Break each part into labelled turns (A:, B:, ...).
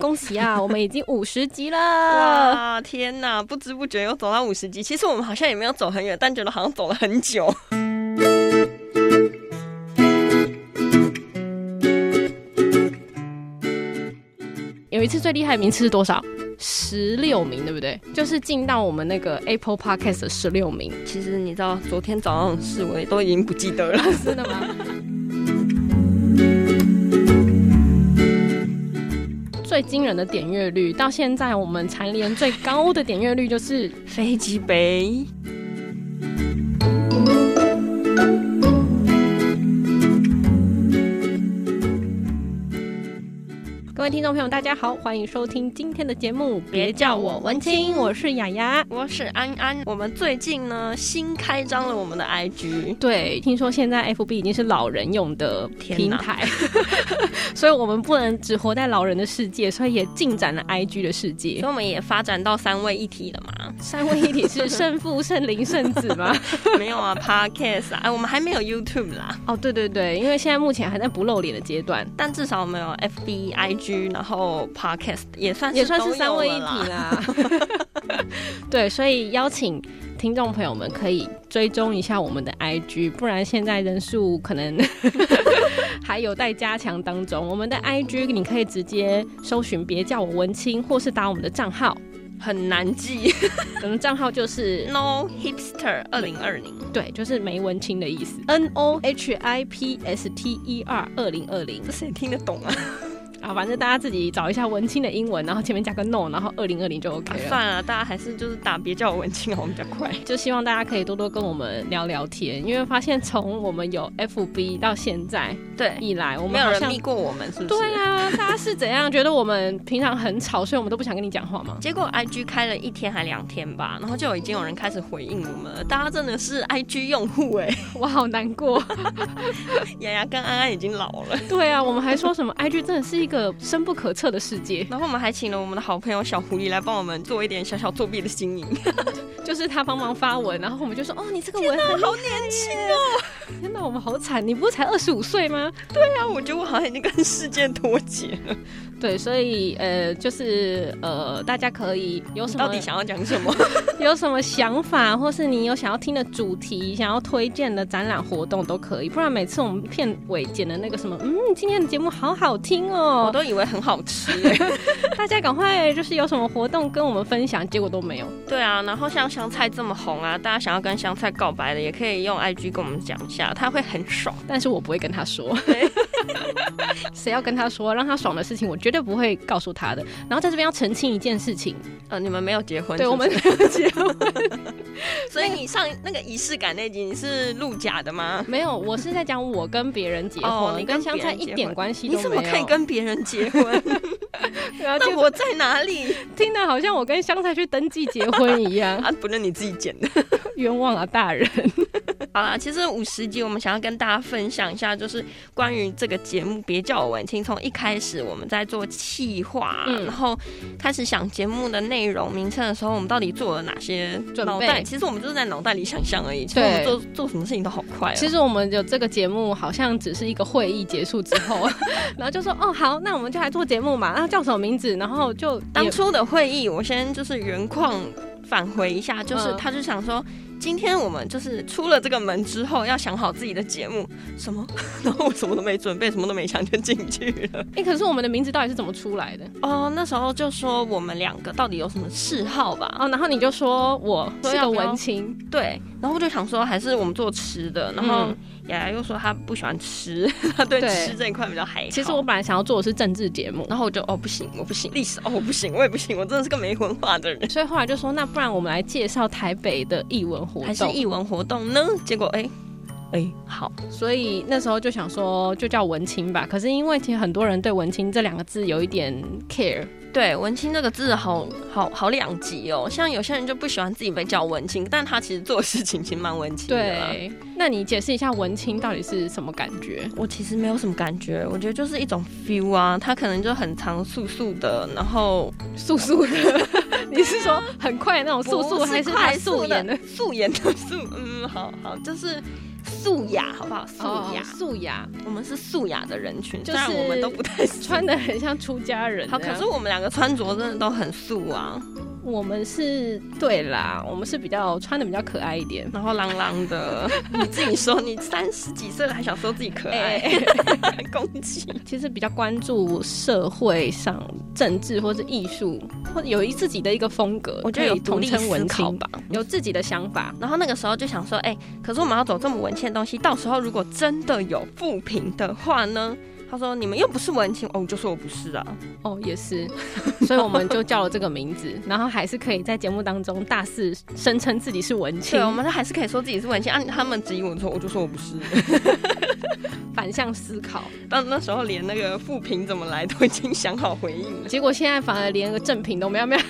A: 恭喜啊，我们已经五十集了。
B: 哇，啊天哪！不知不觉又走到五十集，其实我们好像也没有走很远，但觉得好像走了很久。
A: 有一次最厉害的名次是多少？十六名，对不对？就是进到我们那个 Apple Podcast 的十六名，
B: 其实你知道，昨天早上的事我也都已经不记得了。
A: 真的吗？最惊人的点阅率，到现在我们蝉联最高的点阅率就是
B: 飞机杯，
A: 各位听众朋友，大家好，欢迎收听今天的节目。
B: 别叫我文青
A: 我是雅雅。
B: 我是安安。我们最近呢，新开张了我们的 IG。
A: 对，听说现在 FB 已经是老人用的平
B: 天哪
A: 台， 所以我们不能只活在老人的世界，所以也进展了 IG 的世
B: 所
A: 界
B: 以。我们也发展到三位一体了 嘛？
A: 三位一体是圣父、圣灵、圣子吗？
B: 没有啊，Podcast 啊，哎我们还没有 YouTube 啦，
A: 哦，对对对，因为现在目前还在不露脸的阶段，
B: 但至少我们有 FB、IG，然后 Podcast 也算是
A: 也算
B: 都
A: 是
B: 有
A: 三位一体
B: 了啦。
A: 啦。对，所以邀请听众朋友们可以追踪一下我们的 IG，不然现在人数可能 还有待加强当中。我们的 IG 你可以直接搜寻“别叫我文青”，或是打我们的账号，
B: 很难记
A: 我们账号就是
B: ，No Hipster 二零二零，
A: 对，就是没文青的意思，N O H I P S T E R 二零二零
B: 这谁听得懂啊？
A: 啊，反正大家自己找一下文青的英文，然后前面加个 no，然后二零二零就 OK 了。
B: 啊算了，大家还是就是打别叫我文青好，我们比较快。
A: 就希望大家可以多多跟我们聊聊天，因为发现从我们有 FB 到现在
B: 对，
A: 以来，我
B: 没
A: 们
B: 有
A: 好
B: 人
A: 像
B: 密过我们，是不是？
A: 对啊，大家是怎样觉得我们平常很吵，所以我们都不想跟你讲话 吗？
B: 结果 IG 开了一天还两天吧，然后就已经有人开始回应我们了。大家真的是 IG 用户 哎、
A: 我好难过。
B: 雅雅跟安安已经老了。
A: 对啊，我们还说什么 IG 真的是一个深不可测的世界，
B: 然后我们还请了我们的好朋友小狐狸来帮我们做一点小小作弊的经营。
A: 就是他帮忙发文，然后我们就说哦，你这个文很
B: 好年轻哦！
A: 天哪，我们好惨，你不是才二十五岁吗？
B: 对啊，我觉得我好像已经跟世界脱节 了。
A: 对，所以呃，就是呃，大家可以有什么
B: 到底想要讲什么？
A: 有什么想法，或是你有想要听的主题、想要推荐的展览活动都可以，不然每次我们片尾剪的那个什么，嗯，今天的节目好好听
B: 我
A: 哦，
B: 都以为很好吃哎、
A: 大家赶快就是有什么活动跟我们分享，结果都没有。
B: 对啊，然后像香菜这么红啊，大家想要跟香菜告白的，也可以用 IG 跟我们讲一下，他会很爽。
A: 但是我不会跟他说， 谁要跟他说让他爽的事情，我绝对不会告诉他的。然后在这边要澄清一件事情，
B: 呃，你们没有结婚
A: 对
B: 是
A: 我
B: 不是
A: 们结婚
B: 所以你上那个仪式感那集你是录假的吗？
A: 没有，我是在讲我跟别人结婚，
B: 哦你跟
A: 跟香
B: 别
A: 菜
B: 人
A: 一
B: 结
A: 点
B: 婚
A: 关系都没
B: 你
A: 有。
B: 怎么可 以跟别人结 婚？
A: 对啊？
B: 那
A: 就
B: 我在哪 里？
A: 听的好像我跟香菜去登记结婚一样。
B: 啊，不是你自己剪的。
A: 冤枉啊，大人！
B: 好啦，其实五十集我们想要跟大家分享一下，就是关于这个节目《别叫我文青》，从一开始我们在做企划，
A: 嗯
B: 然后开始想节目的内容名称的时候，我们到底做了哪些
A: 准备
B: 脑袋？其实我们就是在脑袋里想象而已，其实我们
A: 对
B: 做做什么事情都好快、哦。
A: 其实我们有这个节目，好像只是一个会议结束之后， 然后就说哦好，那我们就来做节目嘛，那叫什么名字？然后就
B: 当
A: 也
B: 初的会议，我先就是原况返回一下，就是
A: 嗯
B: 他就想说，今天我们就是出了这个门之后，要想好自己的节目什么， 然后我什么都没准备，什么都没想就进去了。
A: 哎、可是我们的名字到底是怎么出来的？
B: 哦，那时候就说我们两个到底有什么嗜好吧？
A: 哦，然后你就说我
B: 说
A: 是
B: 要
A: 个
B: 不要
A: 文青，
B: 对，然后我就想说还是我们做吃的，然后
A: 嗯
B: 雅雅又说她不喜欢吃， 她对
A: 对
B: 吃这一块比较还好。
A: 其实我本来想要做的是政治节目，
B: 然后我就哦不行，我不行，历史哦我不行，我也不行，我真的是个没文化的人。
A: 所以后来就说那不然我们来介绍台北的艺文活
B: 还是
A: 动，
B: 艺文活动呢？结果哎哎、好，
A: 所以那时候就想说就叫文青吧。可是因为其实很多人对文青这两个字有一点 care，
B: 对“文青”这个字好好好两极哦。像有些人就不喜欢自己被叫文青，但他其实做的事情其实蛮文青的啊啦。
A: 对，那你解释一下文青到底是什么感觉？
B: 我其实没有什么感觉，我觉得就是一种 feel 啊，他可能就很长素素的，然后
A: 速速 的，你是说很快的那种速速，
B: 不
A: 还
B: 是
A: 他
B: 快
A: 素
B: 速
A: 颜的？
B: 素颜的素？嗯，好好，就是素雅，好不好？素雅，
A: 哦素雅，
B: 我们是素雅的人群，
A: 就是
B: 虽然我们都不太
A: 穿的很像出家人那
B: 好，
A: 样。
B: 可是我们两个穿着真的都很素啊，
A: 我们是对啦，我们是比较穿的比较可爱一点。
B: 然后朗朗 的。你自己说，你三十几岁了还想说自己可
A: 哎
B: 爱，攻击。
A: 其实比较关注社会上政治或是艺术，或者有一自己的一个风格，
B: 我觉得有
A: 可以
B: 独
A: 统
B: 立
A: 称
B: 思
A: 文
B: 考
A: 青，
B: 吧。
A: 有自己的想法。
B: 然后那个时候就想说，哎、可是我们要走这么文青的东西，到时候如果真的有负评的话呢？他说你们又不是文青，哦，我就说我不是啊。
A: 哦，也 是，所以我们就叫了这个名字，然后还是可以在节目当中大肆声称自己是文青
B: 对，，我们还是可以说自己是文青啊。他们质疑我的时候，我就说我不是。
A: 反向思考。
B: 但那时候连那个负评怎么来都已经想好回应了。
A: 结果现在反而连个正评都没有，没有，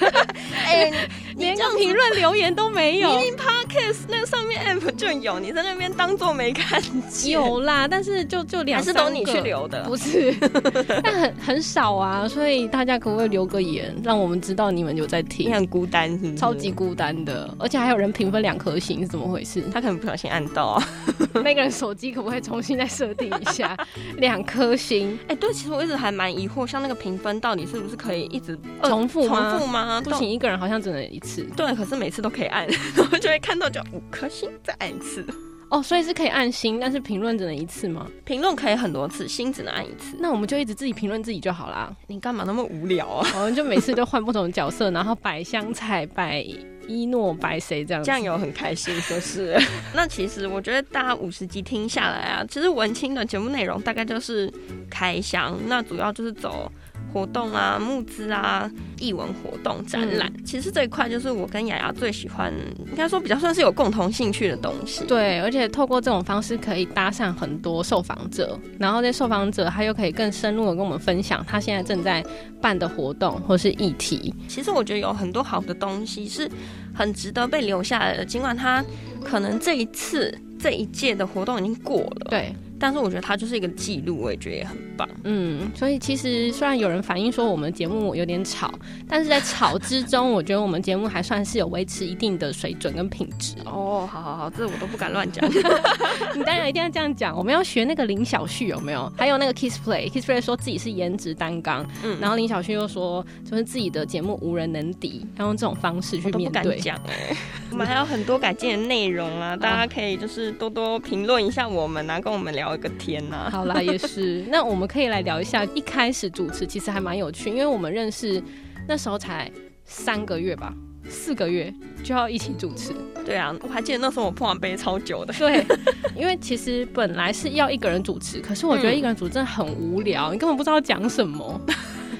B: 哎、
A: 连
B: 这
A: 个
B: 样子
A: 评论留言都没有。
B: Podcast 那上面 app 就有，你在那边当做没看见，
A: 有啦，但是就就两
B: 还是
A: 三
B: 都你去
A: 个
B: 留的？
A: 不是， 但很很少啊，所以大家可不可以留个言，让我们知道你们有在
B: 你
A: 听？
B: 很孤单是不是？
A: 超级。孤单的，而且还有人评分两颗星，是怎么回事
B: 他可能不小心按到啊！
A: 那个人手机可不可以重新再设定一 下？两颗星
B: 哎、对，其实我一直还蛮疑惑，像那个评分到底是不是可以一直呃
A: 重复吗？
B: 重复吗？
A: 不
B: 到
A: 行，一个人好像只能一次
B: 对，可是每次都可以按， 然后就会看到就五颗星，再按一次。
A: 哦，所以是可以按星，但是评论只能一次吗？
B: 评论可以很多次，星只能按一次。
A: 那我们就一直自己评论自己就好啦。
B: 你干嘛那么无聊啊？
A: 我们就每次都换不同的角色，然后摆香菜、摆一诺、摆谁这样子。
B: 酱油很开心，说是。 那其实我觉得大家五十集听下来啊，其实文青的节目内容大概就是开箱，那主要就是走活动啊、募资啊、艺文活动、展览。
A: 嗯
B: 其实这一块就是我跟雅雅最喜欢，应该说比较算是有共同兴趣的东西。
A: 对，而且透过这种方式可以搭上很多受访者，然后这受访者他又可以更深入的跟我们分享他现在正在办的活动或是议题。
B: 其实我觉得有很多好的东西是很值得被留下来的，尽管它可能这一次这一届的活动已经过了，
A: 对，
B: 但是我觉得它就是一个记录，我也觉得也很棒。
A: 嗯，所以其实虽然有人反映说我们节目有点吵，但是在吵之中，我觉得我们节目还算是有维持一定的水准跟品质。
B: 哦，好好好，这我都不敢乱讲。
A: 你当然一定要这样讲，我们要学那个林小旭有没有？还有那个 Kiss Play，Kiss Play 说自己是颜值担当，
B: 嗯
A: 然后林小旭又说就是自己的节目无人能敌，要用这种方式去
B: 我都不
A: 面
B: 敢
A: 对。
B: 讲哎、我们还有很多改进的内容 啊，大家可以就是多多评论一下我们啊，跟我们聊一个天呐、啊。
A: 好啦，也是。那我们可以来聊一下，一开始主持其实还蛮有趣，因为我们认识那时候才三个月吧，四个月就要一起主持。
B: 对啊，我还记得那时候我破完杯超久的，
A: 对， 因为其实本来是要一个人主持，可是我觉得
B: 嗯
A: 一个人主持真的很无聊，你根本不知道讲什么。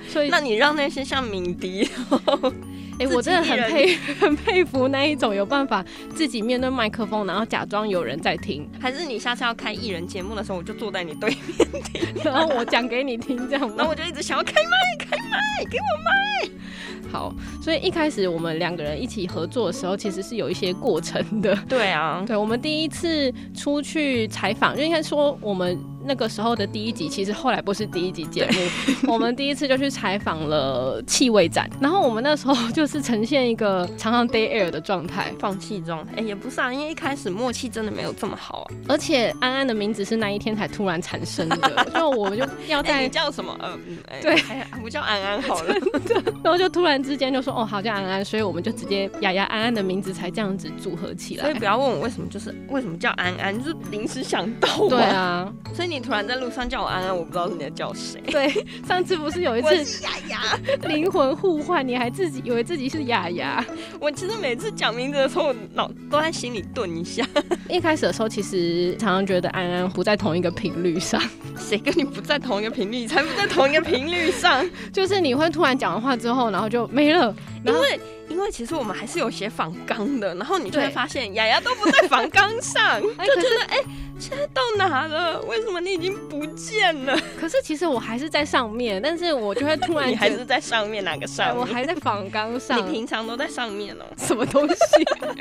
A: 所以，
B: 那你让那些像敏迪，
A: 哎、我真的很佩 很佩服那一种有办法自己面对麦克风，然后假装有人在听，
B: 还是你下次要开艺人节目的时候，我就坐在你对面，
A: 然后我讲给你听，这样
B: 然
A: 吗
B: 后？我就一直想要开麦，开麦，给
A: 好，所以一开始我们两个人一起合作的时候，其实是有一些过程的。
B: 我。对啊，
A: 对，我们第一次出去采访，就应该说我们那个时候的第一集，其实后来不是第一集节目，我们第一次就去采访了气味展，然后我们那时候就是呈现一个常常 day air 的状态，
B: 放弃中，哎、也不是啊，因为一开始默契真的没有这么好啊。
A: 而且安安的名字是那一天才突然产生 的，就我们就要
B: 哎、
A: 在
B: 你，叫什么？呃，嗯，哎、
A: 对
B: 哎呀，我叫安安好了。
A: 然后就突然之间就说哦好叫安安，所以我们就直接雅雅安安的名字才这样子组合起
B: 所以
A: 来。
B: 不要问我为什么，就是为什么叫安安，就是临时想到啊。
A: 对啊，
B: 所以你突然在路上叫我安安，我不知道你在叫谁。
A: 上次不是有一
B: 我
A: 次
B: 是雅雅，
A: 灵魂互换，你还自己以为自己是雅雅。
B: 我其实每次讲名字的时候，我脑都在心里顿一下，
A: 一开始的时候，其实常常觉得安安不在同一个频率上，
B: 谁跟你不在同一个频率？你才不在同一个频率上。
A: 就是你会突然讲完话之后，然后就没了。
B: 因
A: 然后
B: 为因为其实我们还是有写仿纲的，然后你就会
A: 对
B: 发现雅雅都不在仿纲上，
A: 哎
B: 就觉得 哎、现在到哪了？为什么你已经不见 了？
A: 可是其实我还是在上面，但是我就会突然
B: 你还
A: 觉
B: 是在上面哪个
A: 得哎
B: 上
A: 我
B: 面？
A: 还在仿纲上
B: 你，平常都在上面 哦。
A: 什么东西？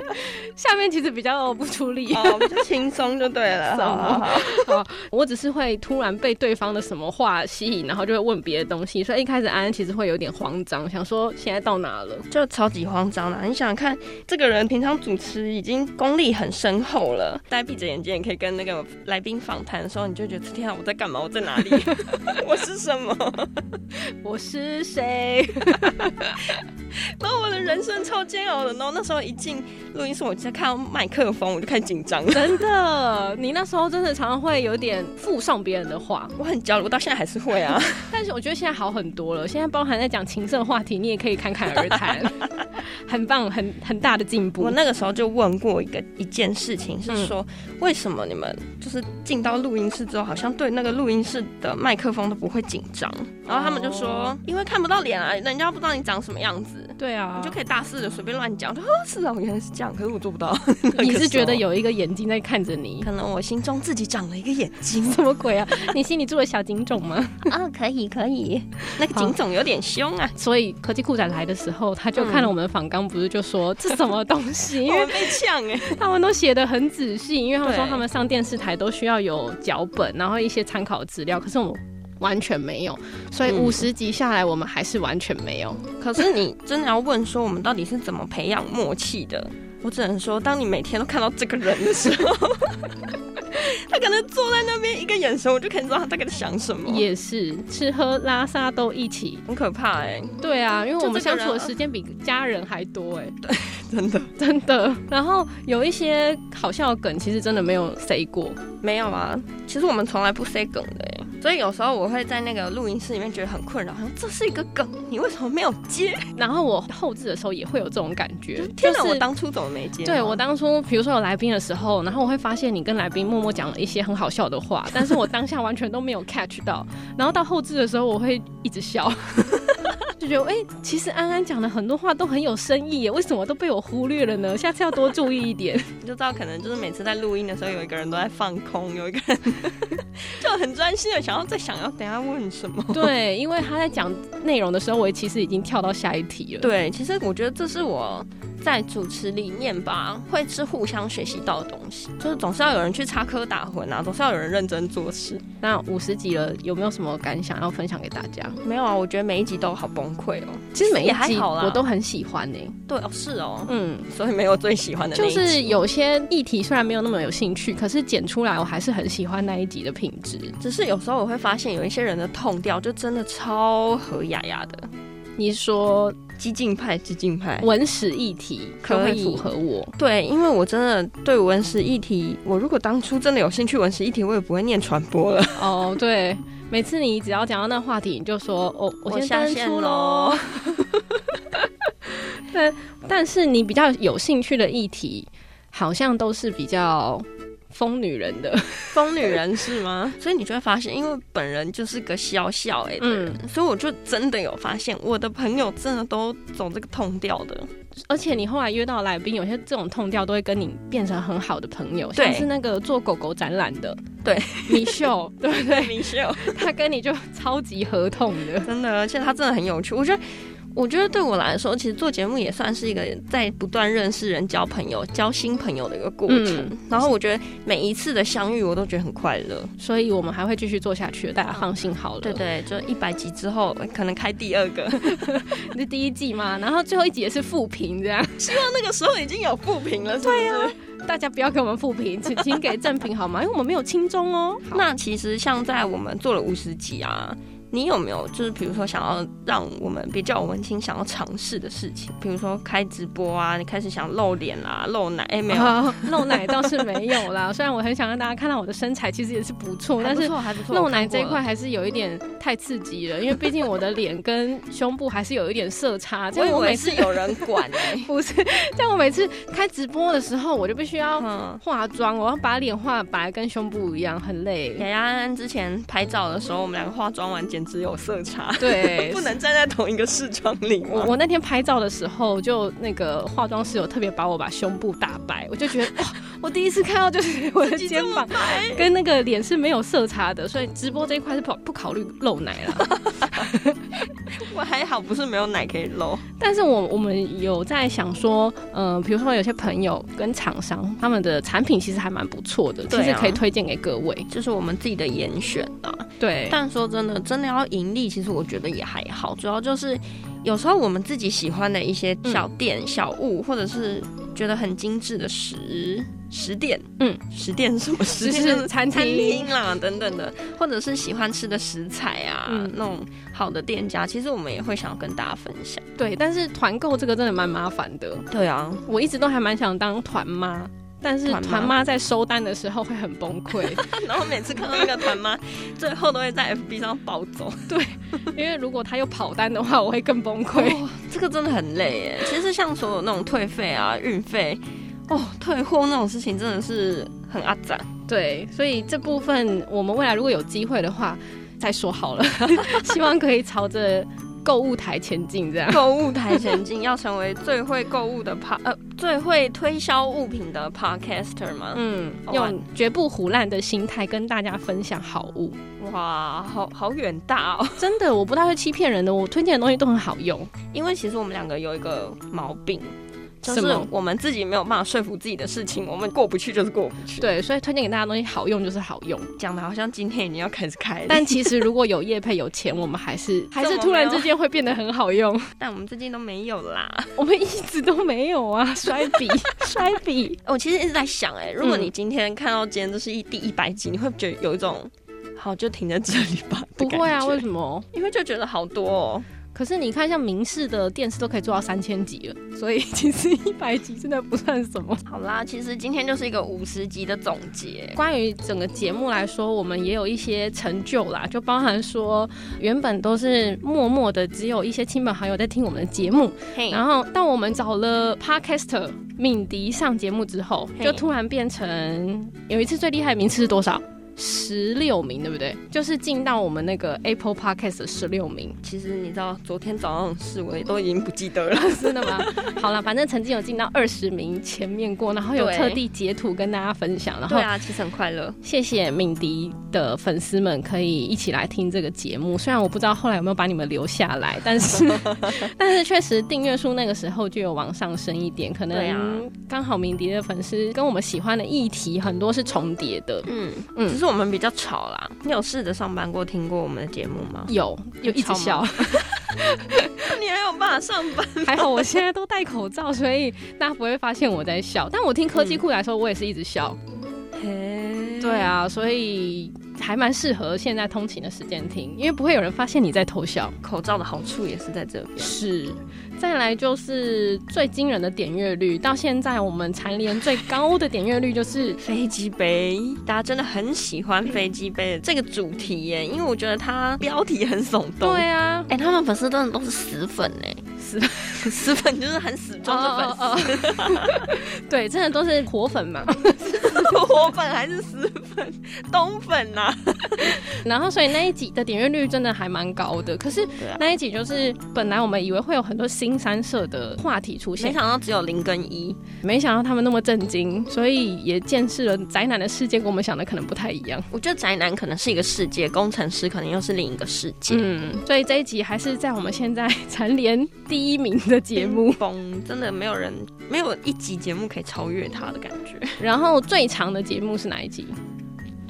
A: 下面其实比较不出力。
B: 哦，比较轻松就对 了。哦
A: 什么
B: 好好好
A: 我只是会突然被对方的什么话吸引，然后就会问别的东西，所以一开始安安其实会有点慌张，想说现在到哪了？
B: 就超级慌张啦！你想想看，这个人平常主持已经功力很深厚了，大家闭着眼睛也可以跟那那个来宾访谈的时候，你就觉得天啊，我在干嘛？我在 哪里？我是什么？
A: 我是谁？
B: 然后我的人生超煎熬的。然后那时候一进录音室，我就看到麦克风，我就开始紧张了。
A: 真的，你那时候真的常常会有点附送别人的话，
B: 我很焦虑，我到现在还是会 啊。
A: 但是我觉得现在好很多了。现在包含在讲情色话题，你也可以侃侃而谈， 很棒，很很大的进步
B: 我。那个时候就问过一个一件事情，是说、为什么你们就是进到录音室之后，好像对那个录音室的麦克风都不会紧张？然后他们就说，
A: 哦
B: 因为看不到脸啊，人家不知道你长什么样子。
A: 对啊，
B: 你就可以大肆的随便乱讲，我就呵是啊，我原来是这样，可是我做不 到。
A: 你是觉得有一个眼睛在看着你，
B: 可能我心中自己长了一个眼睛
A: 什么鬼啊？你心里住了小警种吗？
B: 啊，可以可以， 那个警总有点凶啊，
A: 所以科技库展来的时候，他就看了我们访纲，不是就说、这什么东 西？因
B: 我
A: 为
B: 们被呛哎、
A: 他们都写的很仔细，因为他们说
B: 对
A: 他们上电视台都需要有脚本，然后一些参考资料，可是我们。完全没有，所以
B: 嗯
A: 五十集下来，我们还是完全没有。
B: 可是你真的要问说我们到底是怎么培养默契的？我只能说，当你每天都看到这个人的时候， 他可能坐在那边一个眼神，我就可以知道他大概在想什么，
A: 也是吃喝拉撒都一起。
B: 很可怕哎、
A: 对啊，因为我们
B: 就这
A: 相
B: 个人啊
A: 处的时间比家人还多哎、
B: 真的
A: 真的。然后有一些好笑的梗，其实真的没有 say 过。
B: 没有啊。其实我们从来不 say 梗的哎、所以有时候我会在那个录音室里面觉得很困扰，好像这是一个梗，你为什么没有接？
A: 然后我后置的时候也会有这种感觉，
B: 天哪，
A: 就是
B: 我当初怎么没接？
A: 对我当初，比如说有来宾的时候，然后我会发现你跟来宾默默讲了一些很好笑的话，但是我当下完全都没有 catch 到，然后到后置的时候，我会一直笑， 就觉得哎、诶其实安安讲的很多话都很有深意耶，为什么都被我忽略了呢？下次要多注意一 点。
B: 你就知道，可能就是每次在录音的时候，有一个人都在放空，有一个 人就很专心的想要在想要等一下问什么。
A: 对，因为他在讲内容的时候，我其实已经跳到下一题了。，
B: 对，其实我觉得这是我在主持里面吧，会是互相学习到的东西，就是总是要有人去插科打诨啊，总是要有人认真做事。
A: 那五十集了，有没有什么感想要分享给大家？
B: 没有啊，我觉得每一集都好崩溃哦。
A: 其实每一
B: 也还
A: 集
B: 好啦
A: 我都很喜欢呢、
B: 对哦，是哦，
A: 嗯，
B: 所以没有最喜欢的那
A: 就
B: 一集。
A: 是有些议题虽然没有那么有兴趣，可是剪出来我还是很喜欢那一集的品质。
B: 只是有时候我会发现有一些人的痛调就真的超和雅雅的，
A: 你说
B: 激进派，激进派。
A: 文史议题
B: 哎可
A: 可以
B: 以
A: 符合我，
B: 对，因为我真的对文史议题，我如果当初真的有兴趣文史议题，我也不会念传播了。
A: 哦，对，每次你只要讲到那话题，你就说哦， 我先登出喽。，但但是你比较有兴趣的议题，好像都是比较疯女人的。
B: 疯女人是吗？所以你就会发现，因为本人就是个小小哎、嗯，
A: 嗯，
B: 所以我就真的有发现，我的朋友真的都走这个痛调 的。
A: 而且你后来约到来宾，有些这种痛调都会跟你变成很好的朋友，
B: 对
A: 像是那个做狗狗展览的，
B: 对，
A: 米秀，对不对？
B: 明 秀，
A: 他跟你就超级合同的。
B: 真的，而且他真的很有趣，我觉得。我觉得对我来说，其实做节目也算是一个在不断认识人、交朋友、交新朋友的一个过程。
A: 嗯
B: 然后我觉得每一次的相遇，我都觉得很快乐。
A: 所以我们还会继续做下去的，大家放心好了。
B: 对，对，就一百集之后可能开第二个，
A: 这第一季嘛，然后最后一集也是复评，这样
B: 那个时候已经有复评了，是不是？
A: 大家不要给我们复评，请请给正评好吗？因为我们没有轻中哦。那
B: 那其实像在我们做了五十集啊，你有没有就是比如说想要让我们比较有文青想要尝试的事情，比如说开直播啊，你开始想露脸啦、露奶，哎、没有。
A: 啊露奶倒是没有啦， 虽然我很想让大家看到我的身材，其实也是不错，
B: 还
A: 但
B: 不
A: 是
B: 错，还不错。
A: 露
B: 我看
A: 奶这一
B: 过
A: 块
B: 了，
A: 还是有一点太刺激了，因为毕竟我的脸跟胸部还是有一点色差。这
B: 我以
A: 样我每
B: 为
A: 次
B: 是有人管哎、
A: 不是，这样我每次开直播的时候，我就必须要
B: 嗯，
A: 化妆，我要把脸化白，跟胸部一样，很累。
B: 雅雅安安之前拍照的时候，我们两个化妆完简直有色差，
A: 对
B: 不。能站在同一个视窗里
A: 我
B: 吗？
A: 我那天拍照的时候，就那个化妆师有特别把我把胸部打白，我就觉得哇， 我第一次看到就是我的
B: 自己这
A: 肩
B: 么
A: 膀跟那个脸是没有色差的，所以直播这一块是不不考虑露奶 了。
B: 我还好，不是没有奶可以露。
A: 但是我我们有在想说，嗯、比如说有些朋友跟厂商他们的产品其实还蛮不错的，
B: 对啊
A: 其实可以推荐给各位。
B: 就是我们自己的严选啊。
A: 对，
B: 但说真的，真的要盈利，其实我觉得也还嗯好，主要就是有时候我们自己喜欢的一些小店、小物，或者是觉得很精致的食食店，
A: 嗯，
B: 食店是什么？食店
A: 是餐
B: 餐
A: 厅
B: 厅啦，等等的，或者是喜欢吃的食材啊，
A: 嗯
B: 那种好的店家，其实我们也会想要跟大家分享。
A: 对，但是团购这个真的蛮麻烦的。
B: 对啊，
A: 我一直都还蛮想当团妈，但是
B: 团妈
A: 团妈在收单的时候会很崩 溃，
B: 然后每次看到那个团妈，最后都会在 FB 上暴走。
A: 因为如果她又跑单的话，我会更崩溃。
B: 哇，哦这个真的很累耶。其实像所有那种退费啊、运费，哦，退货那种事情真的是很阿 展。
A: 对，所以这部分我们未来如果有机会的话再说好 了，希望可以朝着购物台前进这样。
B: 购物台前进，要成为最会购物的 p 呃最会推销物品的 podcaster 吗？
A: 嗯，
B: 好玩
A: 用绝不胡乱的心态跟大家分享好物。
B: 哇，好好远大哦！
A: 真的，我不太会欺骗人的，我推荐的东西都很好用。
B: 因为其实我们两个有一个毛病。就
A: 什
B: 是
A: 么
B: 我们自己没有办法说服自己的事情，我们过不去就是过不去。，
A: 对，所以推荐给大家的东西好用就是好用。
B: 讲的好像今天已经要开始开了，
A: 但其实如果有业配有钱，我们还是还是
B: 这么
A: 突然
B: 没有
A: 之间会变得很好用。
B: 但我们最近都没有啦。
A: 我们一直都没有啊，摔笔 摔笔。
B: 我其实一直在想、哎，如果
A: 嗯
B: 你今天看到今天这是一第一百集，你会不会觉得有一种好就停在这里吧？的
A: 不会啊，
B: 感觉
A: 为什么？
B: 因为就觉得好多哦。
A: 可是你看，像明视的电视都可以做到三千集了，所以其实一百集真的不算什么。
B: 好啦，其实今天就是一个五十集的总结。
A: 关于整个节目来说，我们也有一些成就啦，就包含说原本都是默默的，只有一些亲朋好友在听我们的节目，
B: 嘿，
A: 然后当我们找了 podcaster 敏迪上节目之后，
B: 嘿
A: 就突然变成有一次最厉害的名次是多少？十六名，对不对？就是进到我们那个 Apple Podcast 的十六 名，
B: 其实你知道昨天早上的事，我也都已经不记得 了。
A: 真的吗？好了，反正曾经有进到二十名前面过，然后有
B: 对
A: 特地截图跟大家分享，然后
B: 对啊， 其实很快乐。
A: 谢谢敏迪的粉丝们可以一起来听这个节目，虽然我不知道后来有没有把你们留下来，但 是但是确实订阅数那个时候就有往上升一点，可
B: 对啊
A: 能刚好敏迪的粉丝跟我们喜欢的议题很多是重叠的，
B: 嗯
A: 嗯？
B: 嗯，只是我们比较吵啦。你有试着上班过听过我们的节目吗
A: 有有一直 笑，
B: 你还有办法上班？
A: 还好我现在都戴口罩，所以大家不会发现我在笑，但我听科技酷来说，我也是一直笑，
B: 嘿，
A: 对，啊，所以还蛮适合现在通勤的时间听，因为不会有人发现你在偷笑。
B: 口罩的好处也是在这边。
A: 是，再来就是最惊人的点阅率，到现在我们蝉联最高的点阅率就是
B: 飞机杯，大家真的很喜欢飞机杯的这个主题耶，因为我觉得它标题很耸动。
A: 对啊，
B: 哎、他们粉丝真的都是死粉哎，
A: 死
B: 死粉就是很死忠的粉丝，
A: 粉丝，哦 对，真的都是活粉 嘛。
B: 活、粉还是死粉，冬粉啊呐、
A: 然后所以那一集的点阅率真的还蛮高的，可是
B: 对啊
A: 那一集就是本来我们以为会有很多新三社的话题出
B: 没
A: 现，
B: 想到只有零跟一，
A: 没想到他们那么震惊，所以也见识了宅男的世界跟我们想的可能不太一样。
B: 我觉得宅男可能是一个世界，工程师可能又是另一个世界。
A: 嗯，所以这一集还是在我们现在蝉联第一名的节目。
B: 崩，真的没有人没有一集节目可以超越他的感觉。
A: 然后最长的节目是哪一集？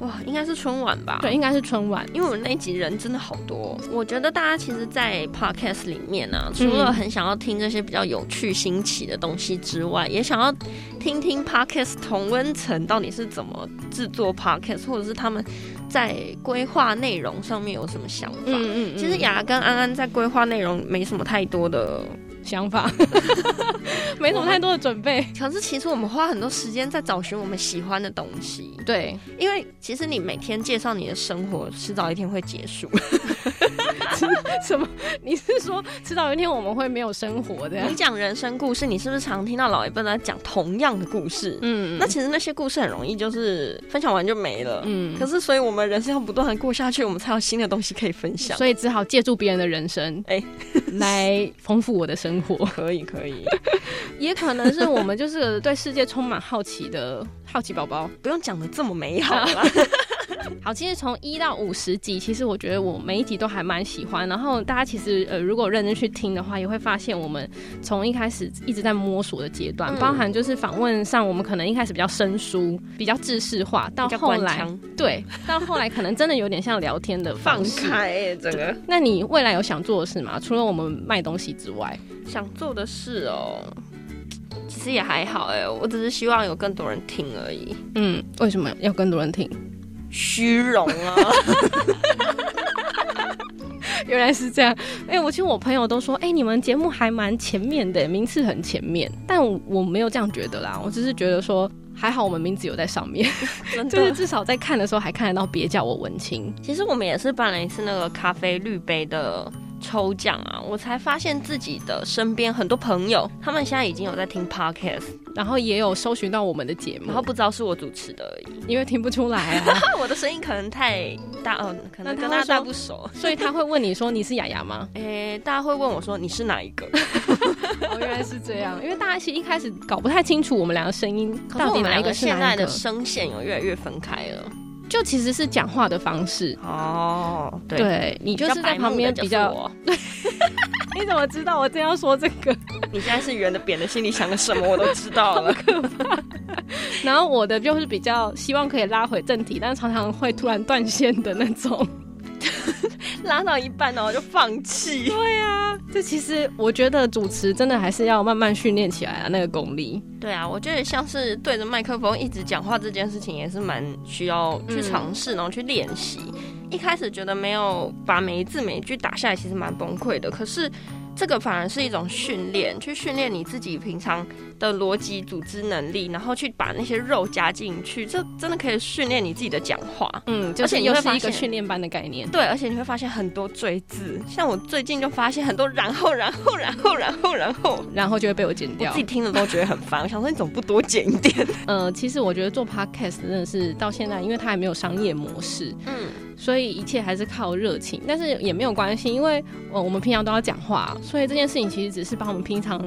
B: 哇，应该是春晚吧？
A: 对，应该是春晚。
B: 因为我们那一集人真的好多、我觉得大家其实，在 podcast 里面呢、啊，
A: 嗯
B: 除了很想要听这些比较有趣、新奇的东西之外，也想要听听 podcast 同温层到底是怎么制作 podcast，或者是他们在规划内容上面有什么想法。
A: 嗯
B: 其实雅跟安安在规划内容没什么太多的，
A: 想 法没什么太多的准备。
B: 可是其实我们花很多时间在找寻我们喜欢的东西，
A: 对，
B: 因为其实你每天介绍你的生活，迟早一天会结束。
A: 什么？ 你是说迟早有一天我们会没有生活的？
B: 你讲人生故事，你是不是常听到老一辈在讲同样的故事？
A: 嗯
B: 那其实那些故事很容易就是分享完就没了。
A: 嗯
B: 可是，所以我们人生要不断的过下去，我们才有新的东西可以分享。
A: 所以只好借助别人的人生，
B: 哎
A: 来丰富我的生活。
B: 可以，可以，
A: 也可能是我们就是对世界充满好奇的好奇宝宝。
B: 不用讲的这么美好 了。
A: 好，其实从一到五十集，其实我觉得我每一集都还蛮喜欢。然后大家其实呃，如果认真去听的话，也会发现我们从一开始一直在摸索的阶段，
B: 嗯
A: 包含就是访问上，我们可能一开始比较生疏，比较制式化，到
B: 比较
A: 后
B: 官
A: 来
B: 腔
A: 对，到后来可能真的有点像聊天的
B: 放
A: 方式。
B: 开、欸、整个
A: 那你未来有想做的事吗？除了我们卖东西之外，
B: 想做的事哦。其实也还好哎、我只是希望有更多人听而已。
A: 嗯，为什么要更多人听？
B: 虚荣 啊，
A: 原来是这样。哎、我其实我朋友都说，哎、你们节目还蛮前面的，名次很前面，但我我没有这样觉得啦，我只是觉得说。还好我们名字有在上面，
B: 真
A: 就是
B: 的。
A: 至少在看的时候还看得到，别叫我文青。
B: 其实我们也是办了一次那个咖啡滤杯的抽奖啊，我才发现自己的身边很多朋友，他们现在已经有在听 podcast，
A: 然后也有搜寻到我们的节目，
B: 然后不知道是我主持的而已。
A: 因为听不出来啊，
B: 啊， 我的声音可能太大，嗯、可能
A: 那他
B: 跟
A: 会
B: 大家
A: 说
B: 不熟。
A: 所以他会问你说你是雅雅吗？
B: 诶、大家会问我说你是哪一个？
A: 哦，原来是这样，因为大家其实一开始搞不太清楚我们两个声音
B: 可是
A: 到
B: 我
A: 底哪
B: 们两
A: 一
B: 个
A: 个是
B: 现
A: 哪
B: 在
A: 一
B: 的
A: 个，
B: 声线有越来越分开了。
A: 就其实是讲话的方式。
B: 哦，对
A: 对你就是在旁边比较，， 你怎么知道我正要说这个？
B: 你现在是圆的扁的，心里想的什么我都知道了。
A: 然后我的就是比较希望可以拉回正题，但常常会突然断线的那 种。
B: 拉到一半然后就放弃。
A: 啊这其实我觉得主持真的还是要慢慢训练起来啊，那个功力。
B: 对啊，我觉得像是对着麦克风一直讲话这件事情，也是蛮需要去尝试，然后去练习。一开始觉得没有把每一字每一句打下来，其实蛮崩溃的。可是这个反而是一种训练，去训练你自己平常的逻辑组织能力，然后去把那些肉加进去，这真的可以训练你自己的讲话。
A: 嗯，
B: 而
A: 就
B: 且
A: 是
B: 你会
A: 又
B: 发
A: 是一
B: 现
A: 个训练班的概念。
B: 对，啊而且你会发现很多赘字，像我最近就发现很多然后然后然后然后然后，
A: 然后就会被我剪
B: 我
A: 掉
B: 自己。听了都觉得很烦。我想说你怎么不多剪一点？
A: 呃，其实我觉得做 podcast 真的是到现在，因为它还没有商业模式，
B: 嗯，
A: 所以一切还是靠热情，但是也没有关系，因为呃我们平常都要讲话，所以这件事情其实只是把我们平常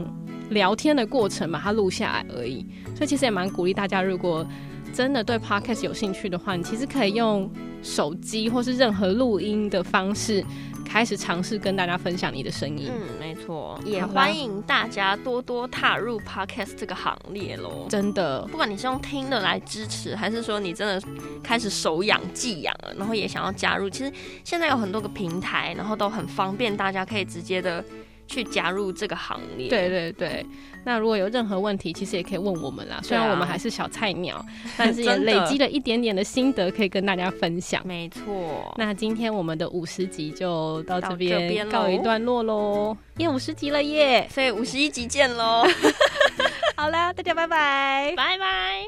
A: 聊天的过程把它录下来而已。所以其实也蛮鼓励大家，如果真的对 podcast 有兴趣的话，你其实可以用手机或是任何录音的方式开始尝试跟大家分享你的声音。
B: 嗯，没错，也
A: 好吧
B: 欢迎大家多多踏入 podcast 这个行列喽。
A: 真的，
B: 不管你是用听的来支持，还是说你真的开始手痒技痒了，然后也想要加入，其实现在有很多个平台，然后都很方便，大家可以直接的去加入这个行列。
A: 对对对。那如果有任何问题，其实也可以问我们啦。虽然
B: 对啊
A: 我们还是小菜鸟，但是也
B: 真的
A: 累积了一点点的心得，可以跟大家分享。
B: 没错。
A: 那今天我们的五十集就到
B: 到
A: 这
B: 这边
A: 边
B: 喽
A: 告一段落喽，耶，五十集了耶！
B: 所以五十一集见喽，
A: 好啦，大家拜拜。
B: 拜拜。